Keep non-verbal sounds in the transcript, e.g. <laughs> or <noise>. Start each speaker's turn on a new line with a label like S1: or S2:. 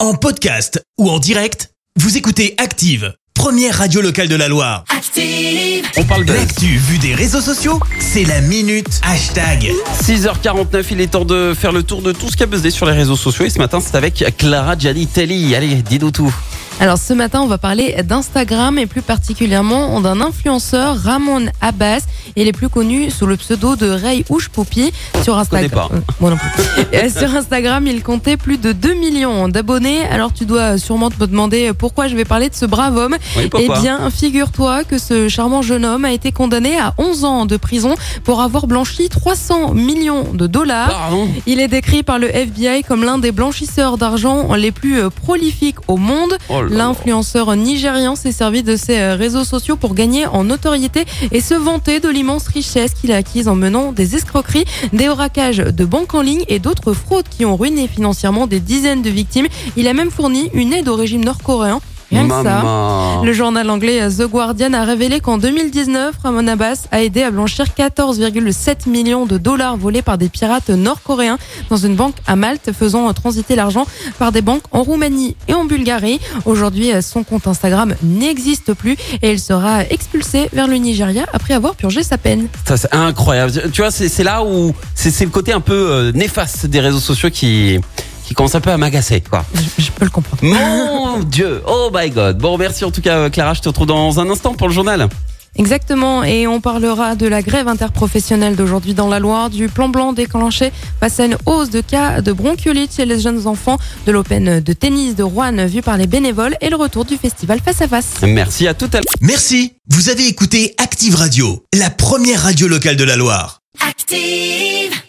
S1: En podcast ou en direct, vous écoutez Active, première radio locale de la Loire.
S2: Active.
S3: On parle buzz.
S1: L'actu vue des réseaux sociaux, c'est la minute hashtag.
S3: 6h49, il est temps de faire le tour de tout ce qui a buzzé sur les réseaux sociaux. Et ce matin, c'est avec Clara Gianitelli. Allez, dis-nous tout.
S4: Alors ce matin, on va parler d'Instagram et plus particulièrement d'un influenceur, Ramon Abbas. Il est plus connu sous le pseudo de Ray Ouche Poupie sur
S3: connais
S4: Instagram. Euh, moi non plus. Et, euh, sur Instagram, il comptait plus de 2 millions d'abonnés. Alors tu dois sûrement te demander pourquoi je vais parler de ce brave homme.
S3: Oui, pourquoi
S4: Eh bien, figure-toi que ce charmant jeune homme a été condamné à 11 ans de prison pour avoir blanchi 300 millions de dollars.
S3: Ah, Pardon.
S4: Il est décrit par le FBI comme l'un des blanchisseurs d'argent les plus euh, prolifiques au monde.
S3: Oh là là.
S4: L'influenceur nigérian s'est servi de ses euh, réseaux sociaux pour gagner en notoriété et se vanter de l'immense richesse qu'il a acquise en menant des escroqueries, des oracages de banques en ligne et d'autres fraudes qui ont ruiné financièrement des dizaines de victimes. Il a même fourni une aide au régime nord-coréen. Rien que ça.
S3: Maman.
S4: Le journal anglais euh, The Guardian a révélé qu'en 2019, Ramon Abbas a aidé à blanchir 14,7 millions de dollars volés par des pirates nord-coréens dans une banque à Malte, faisant transiter l'argent par des banques en Roumanie et en Bulgarie. Aujourd'hui, euh, son compte Instagram n'existe plus et il sera expulsé vers le Nigeria après avoir purgé sa peine.
S3: Ça, c'est incroyable. Tu vois, c'est c'est là où c'est c'est le côté un peu euh, néfaste des réseaux sociaux qui, qui commence un peu à m'agacer.
S4: <laughs>
S3: quoi.
S4: Je, je peux le comprendre.
S3: Mon Dieu. Oh my God. Bon, merci en tout cas, euh, Clara. Je te retrouve dans un instant pour le journal.
S4: Exactement, et on parlera de la grève interprofessionnelle d'aujourd'hui dans la Loire, du plan blanc déclenché face à une hausse de cas de bronchiolite chez les jeunes enfants, de l'Open de tennis de Rouen vu par les bénévoles et le retour du festival face à face.
S3: Merci à tout à l'heure.
S1: Merci, vous avez écouté Active Radio, la première radio locale de la Loire.
S2: Active.